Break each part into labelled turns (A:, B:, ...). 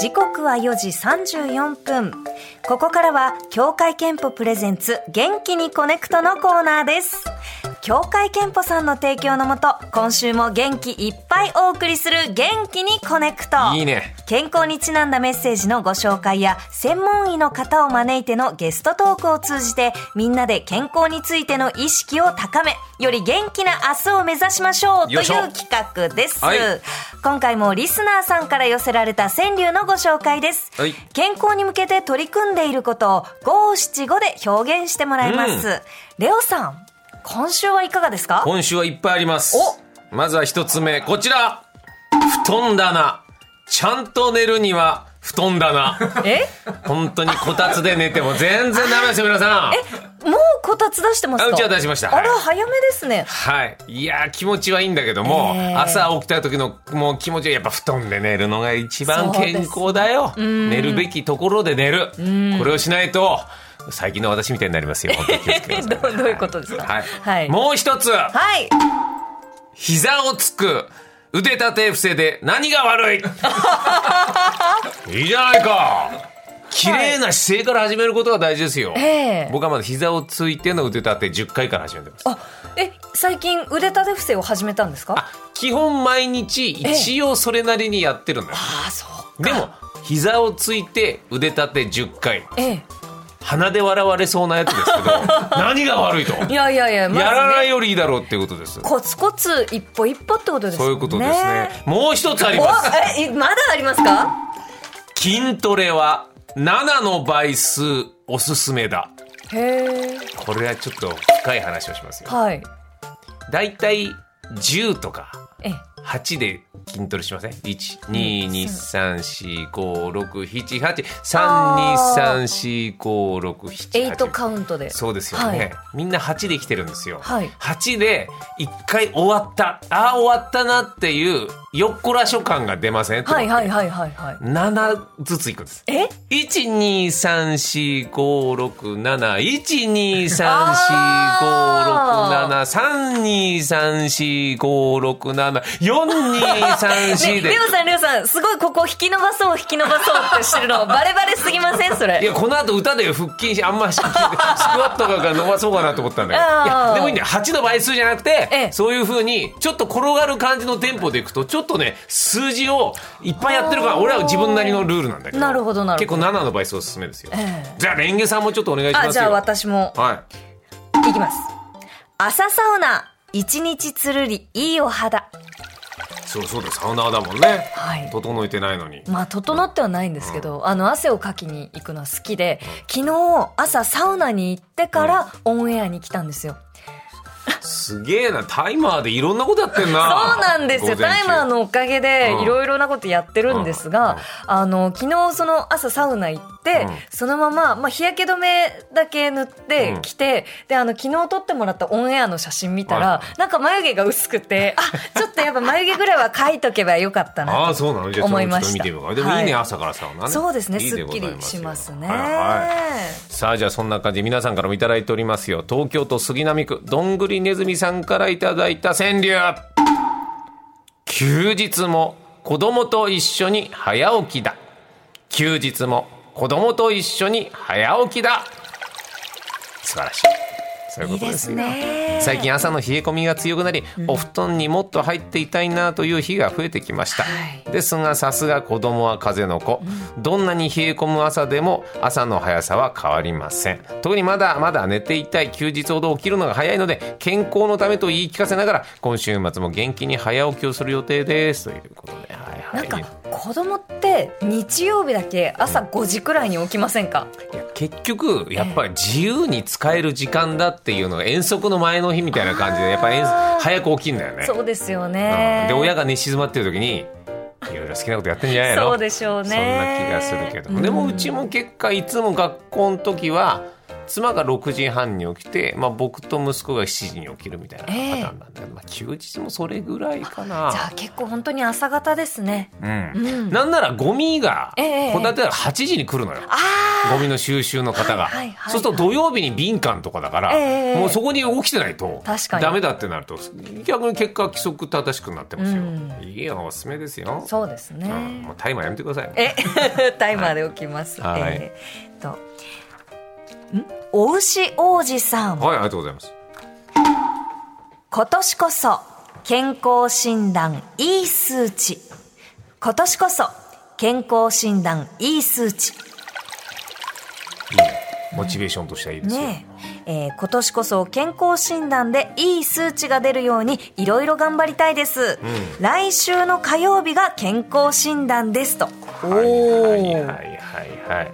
A: 時刻は4時34分ここからは協会憲法プレゼンツ元気にコネクトのコーナーです協会憲法さんの提供のもと今週も元気いっぱいお送りする元気にコネクト
B: いいね
A: 健康にちなんだメッセージのご紹介や専門医の方を招いてのゲストトークを通じてみんなで健康についての意識を高めより元気な明日を目指しましょうとい
B: よ
A: う
B: いしょ
A: 企画です、
B: はい
A: 今回もリスナーさんから寄せられた川柳のご紹介です、
B: はい
A: 健康に向けて取り組んでいることを五七五で表現してもらいます、レオさん今週はいかがですか
B: 今週はいっぱいありますまずは一つ目こちら布団棚ちゃんと寝るには布団棚
A: え
B: 本当にこたつで寝ても全然ダメですよ 皆さん
A: もうこたつ出してます
B: あ
A: か
B: うちは出しました
A: あら早めですね
B: はい。いやー気持ちはいいんだけども、
A: えー
B: 朝起きた時のもう気持ちはやっぱ布団で寝るのが一番
A: そうです
B: 健康だよ。寝るべきところで寝る。これをしないと、最近の私みたいになりますよ。本当に気をつけてくださ
A: どうどういうことですか
B: はい。
A: はい
B: もう一つ、
A: はい
B: 膝をつく、腕立て伏せで何が悪い いいじゃないか綺麗な姿勢から始めることが大事ですよ。
A: ええ
B: 僕はまだ膝をついての腕立て10回から始めてます。
A: あえ最近腕立て伏せを始めたんですか
B: あ基本毎日一応それなりにやってるんだよ、
A: ああそう
B: でも膝をついて腕立て10回
A: ええ
B: 鼻で笑われそうなやつです けど何が悪いと
A: いやいやいや、まずね
B: やらないよりいいだろうっていうことです
A: コツコツ一歩一歩ってことですね。
B: そういうことですねもう一つあり
A: お
B: ます
A: えいまだありますか？
B: 筋トレは7の倍数おすすめだ
A: へえ
B: これはちょっと深い話をしますよ
A: はい
B: だいたい10とか
A: え
B: 8で筋トレしません ?1,2,2,3,4,5,6,7,8,3,2,3,4,5,6,7,8
A: エイトカウントで。
B: そうですよね、
A: はい
B: みんな8で来てるんですよ、
A: はい
B: 8で1回終わったああ終わったなっていうよっこらしょ感が出ません
A: はいはいはいはいはい。
B: 7ずついくんです
A: えね、レ。オさ
B: 1234567123456732345674234で
A: んレオさんすごいここ引き伸ばそう引き伸ばそうってしてるのバレバレすぎませんそ
B: い
A: れ。
B: や、この後歌で腹筋し、あんましスクワットが伸ばそうかなと思ったんだけど。い
A: あー
B: や、でもいいんだよ。8の倍数じゃなく
A: え
B: て
A: え、
B: そういう風に、ちょっと転がる感じのテンポでいくと、ちょっとね、数字をいっぱいやってるから、
A: あー
B: 俺は自分なりのルールなんだけど。
A: なるほどなるほど
B: 結構7の倍数おすすめですよ
A: ええ。
B: じゃあ、レンゲさんもちょっとお願いしますよ。
A: あじゃあ。私も
B: はい。
A: いきます。朝サウナ一日つるりいいお肌。
B: そうそうだ、サウナーだもんね。
A: はい。
B: 整えてないのに。
A: まあ整ってはないんですけど、あの汗をかきに行くのは好きで、昨日朝サウナに行ってからオンエアに来たんですよ。
B: すげえな、タイマーでいろんなことやってんな。
A: そうなんですよ。
B: 午前
A: タ
B: 中
A: イマーのおかげ
B: うん
A: でいろいろなことやってるんですが、あの、昨日その朝サウナ行って、
B: うん
A: そのまま、まあ、日焼け止めだけ塗って
B: うん
A: きて、で、あの、昨日撮ってもらったオンエアの写真見たら、
B: は
A: なんか眉毛が薄くて、あ、ちょっとやっぱ眉毛ぐらいは描いとけばよかったな。
B: ああ、そうなのじゃあ、そ
A: 思
B: れ
A: い
B: もち
A: ま
B: ょっと
A: し
B: 見
A: た
B: てみようか。でもいいね、
A: はい
B: 朝からサウナね。
A: そうですね、
B: いい
A: すっ
B: ござ
A: き
B: い
A: りしますね。
B: よはいはいさあじゃあそんな感じで皆さんからもいただいておりますよ東京都杉並区どんぐりねずみさんからいただいた川柳休日も子供と一緒に早起きだ休日も子供と一緒に早起きだ素晴らしいそういう
A: い
B: こ
A: い
B: と
A: で
B: ですすよ
A: ね。
B: 最近朝の冷え込みが強くなり、お布団にもっと入っていたいなという日が増えてきました、
A: はい
B: ですがさすが子供は風の子、どんなに冷え込む朝でも朝の速さは変わりません特にまだまだ寝ていたい休日ほど起きるのが早いので健康のためと言い聞かせながら今週末も元気に早起きをする予定ですということで、はいはい、
A: なんか子供って日曜日だけ朝5時くらいに起きませんか、
B: いや結局やっぱり自由に使える時間だっていうのが遠足の前の日みたいな感じでやっぱり遠足
A: あー
B: 早く起きるんだよね
A: そうですよ
B: うん
A: ね、
B: で親が寝静まってる時にいろいろ好きなことやってんじゃないの
A: そうでしょうね
B: そんな気がするけども、でもうちも結果いつも学校の時は妻が6時半に起きて、まあ、僕と息子が7時に起きるみたいなパターンなんだけど、まあ、休日もそれぐらいかな
A: じゃあ結構本当に朝方ですね。
B: うん
A: うん。
B: なんならゴミが
A: ええ
B: 戸建ては8時に来るのよ、
A: あ
B: ゴミの収集の方が、
A: はいはいはい
B: そうすると土曜日に敏感とかだから、
A: ええ
B: もうそこに起きてないと
A: 確かに
B: ダメだってなると逆に結果規則正しくなってますよ、
A: うん
B: いいよおすすめですよ
A: あ、そうですね。
B: うんもうタイマーやめてください
A: え、 タイマーで起きます。
B: はい
A: えーっと、んお牛王子さん、
B: はいありがとうございます
A: 今年こそ健康診断いい数値。今年こそ健康診断いい数値。
B: いいねモチベーションとしてはいいですよ、
A: ねええー今年こそ健康診断でいい数値が出るようにいろいろ頑張りたいです、来週の火曜日が健康診断ですとお
B: はいはいはい
A: ー
B: はいはい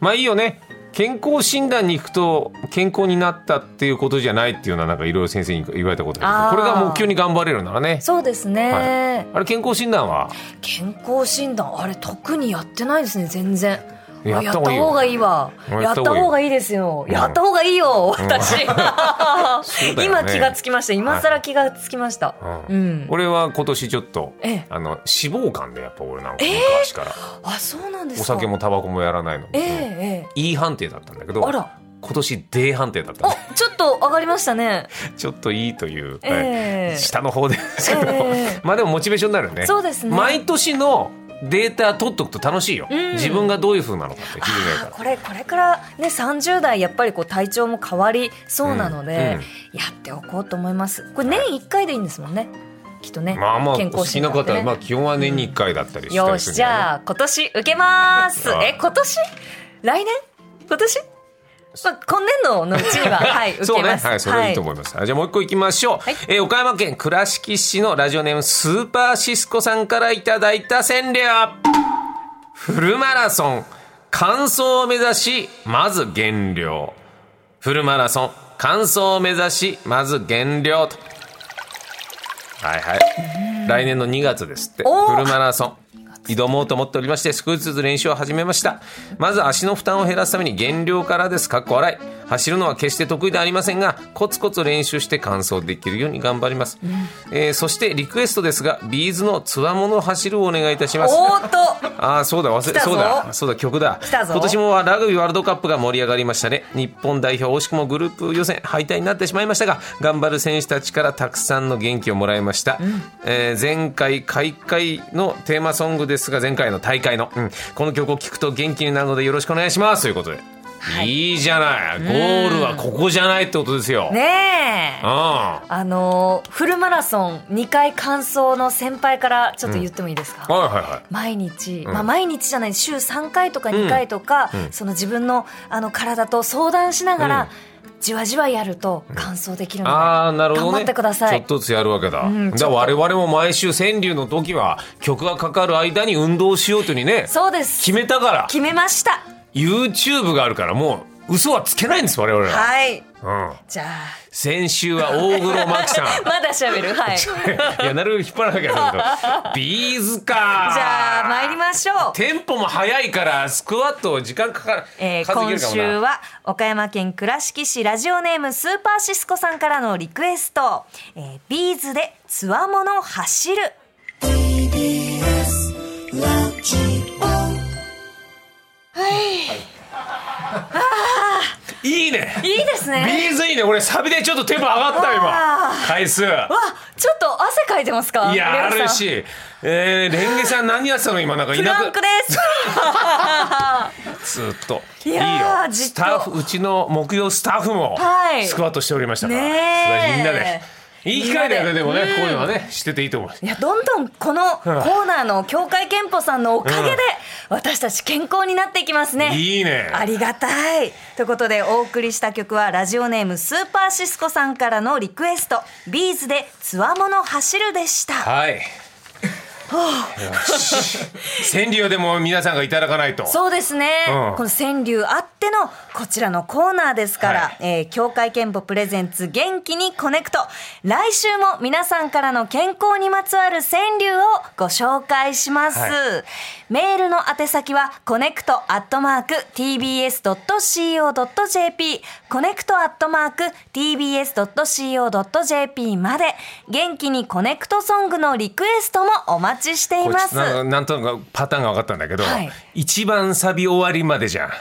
B: まあいいよね健康診断に行くと健康になったっていうことじゃないっていうのはなんかいろいろ先生に言われたことあ
A: あー
B: るこれが目標に頑張れるならね
A: そうですね、
B: はい、あれ健康診断は
A: 健康診断あれ特にやってないですね全然
B: やった
A: あ
B: 方がいいよ
A: いわ
B: や
A: や
B: っ
A: ったた
B: 方
A: 方
B: が
A: がいいですよ、
B: うん
A: やった方がいいよ私、
B: そうだよね
A: 今気がつきました今更気がつきました、
B: う
A: うんん
B: 俺は今年ちょっと、
A: ええ
B: あの脂肪肝でやっぱ俺なんか
A: ええ
B: 昔から、
A: あそうなんです
B: お
A: か
B: 酒もタバコもやらないの
A: え
B: に、
A: えええ
B: E 判定だったんだけど
A: あら
B: 今年 D 判定だったね
A: おちょっと上がりましたね
B: ちょっといいという、
A: ええ
B: 下の方ですけど、
A: ええ
B: まあでもモチベーションになるよね
A: そうですね
B: 毎年のデータ取っとくと楽しいよ、
A: うん
B: 自分がどういう風なのかって気になる
A: あ
B: か
A: ー
B: ら
A: これこれからね30代やっぱりこう体調も変わりそうなので、
B: うんうん
A: やっておこうと思いますこれ年1回でいいんですもんねきっとね、
B: まあまあ
A: 健
B: 好
A: 康
B: き
A: 診
B: な
A: 断って
B: 方
A: ね
B: は、まあ、基本は年に1回だったりした
A: よ
B: りす
A: し
B: るん
A: じ
B: だよね
A: ゃあ今年受けます
B: あ
A: え今年来年今年、まあ、今年度のうちに は、はい、受
B: そう
A: け
B: ね、
A: ます、
B: はい、それいいと思います。じゃあもう一個行きましょう。
A: はい
B: えー岡山県倉敷市のラジオネームスーパーシスコさんからいただいた戦略。フルマラソン、完走を目指し、まず減量。フルマラソン、完走を目指し、まず減量と。はいはい。来年の2月ですって。
A: おー
B: フルマラソン。挑もうと思っておりまして、少しずつ練習を始めました。まず足の負担を減らすために減量からです。かっこ笑い。走るのは決して得意ではありませんが、コツコツ練習して完走できるように頑張ります。えーそしてリクエストですが、ビーズのつわもの走るをお願いいたします。
A: おーっと
B: ああそうだ忘
A: 来
B: れ
A: たぞ
B: そうだそうだ曲だ
A: 来たぞ
B: 今年もはラグビーワールドカップが盛り上がりましたね日本代表惜しくもグループ予選敗退になってしまいましたが頑張る選手たちからたくさんの元気をもらいました、えー前回開会のテーマソングですが前回の大会の、うんこの曲を聴くと元気になるのでよろしくお願いしますということで、い、いじゃないゴールはここじゃないってことですよ、
A: ね
B: う
A: え
B: ん
A: あのーフルマラソン2回完走の先輩からちょっと言ってもいいですか、
B: はいはいはい
A: 毎日、
B: ん
A: まあ、毎日じゃない週3回とか2回とか、その自分のあの体と相談しながら、じわじわやると完走できるので、
B: ああなるほどね
A: 頑張ってください
B: ちょっとずつやるわけだ、
A: ん
B: じゃあ我々も毎週川柳の時は曲がかかる間に運動しようというふうにね
A: そうです
B: 決めたから
A: 決めました
B: YouTube があるからもう嘘はつけないんです我々は、
A: はい
B: うん、
A: じゃあ
B: 先週は大黒摩季さん
A: まだ喋る はいじ
B: いやなるべく引っ張らなきゃいけないけどビーズか
A: ゃあ参りましょう
B: テンポも速いからスクワット時間かかる、
A: えー
B: 数え
A: 今
B: るかも
A: 週
B: な
A: は岡山県倉敷市ラジオネームスーパーシスコさんからのリクエスト、えービーズでつわもの走る
C: TBS ラジオ
B: いいね
A: いいですね
B: ビーズいいね俺サビでちょっとテンポ上がった
A: あ
B: 今回数
A: わちょっと汗かいてますか
B: いやあ
A: レオ
B: る
A: さん
B: し、えー、レンゲさん何やってたの今なんかい
A: プ
B: な
A: ランク
B: く
A: です
B: ずっと
A: いやー
B: いいよ
A: じっ
B: ス
A: と
B: タッフうちの木曜スタッフも
A: はい
B: スクワットしておりましたから、
A: ねえ
B: 素晴らしいみんなでいい機会だよねで
A: みん
B: も
A: な
B: ね
A: で
B: こういうのはねしてていいと思う
A: いやどんどんこのコーナーの協会憲法さんのおかげ
B: うん
A: で私たち健康になっていきますね。
B: いいね
A: ありがたい。ということでお送りした曲はラジオネームスーパーシスコさんからのリクエスト「ビーズでつわもの走る」でした。
B: はいよし川柳でも皆さんがいただかないと
A: そうですね、
B: うん
A: この川柳あっってのこちらのコーナーですから、
B: はい
A: えー協会憲法プレゼンツ元気にコネクト来週も皆さんからの健康にまつわる川柳をご紹介します、
B: はい
A: メールの宛先はコネクトアットマーク tbs.co.jp コネクトアットマーク tbs.co.jp まで元気にコネクトソングのリクエストもお待ちしてい
B: これ
A: ま
B: ちょっ
A: す
B: となんかなんとなくパターンが分かったんだけど、
A: はい
B: 一番サビ終わりまでじゃ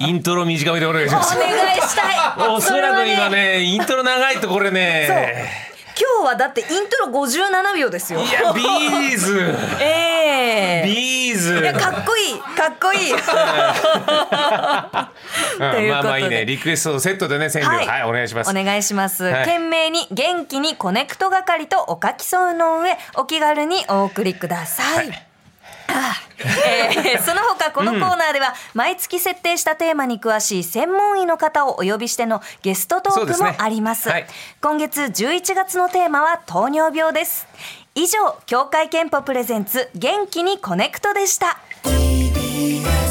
B: んイントロ短めでお願いしま
A: お
B: す
A: 願いしたい
B: おそら
A: は
B: く今ねイントロ長いとこれ
A: そう
B: ね
A: 今日はだってイントロ57秒ですよ
B: いやビーズ
A: ええ
B: ビーズ
A: いやかっこいいかっこいい
B: うん
A: ということで
B: まあまあいいねリクエストとセットでね川柳はい、お願いします
A: お願いします、
B: はい
A: 懸命に元気にコネクト係とお書き添えの上お気軽にお送りください、あーえー その他このコーナーでは毎月設定したテーマに詳しい専門医の方をお呼びしてのゲストト
B: そう
A: ー
B: で
A: ク
B: すね
A: もあります
B: はい
A: 今月11月のテーマは糖尿病です以上協会憲法プレゼンツ元気にコネクトでした
C: TBS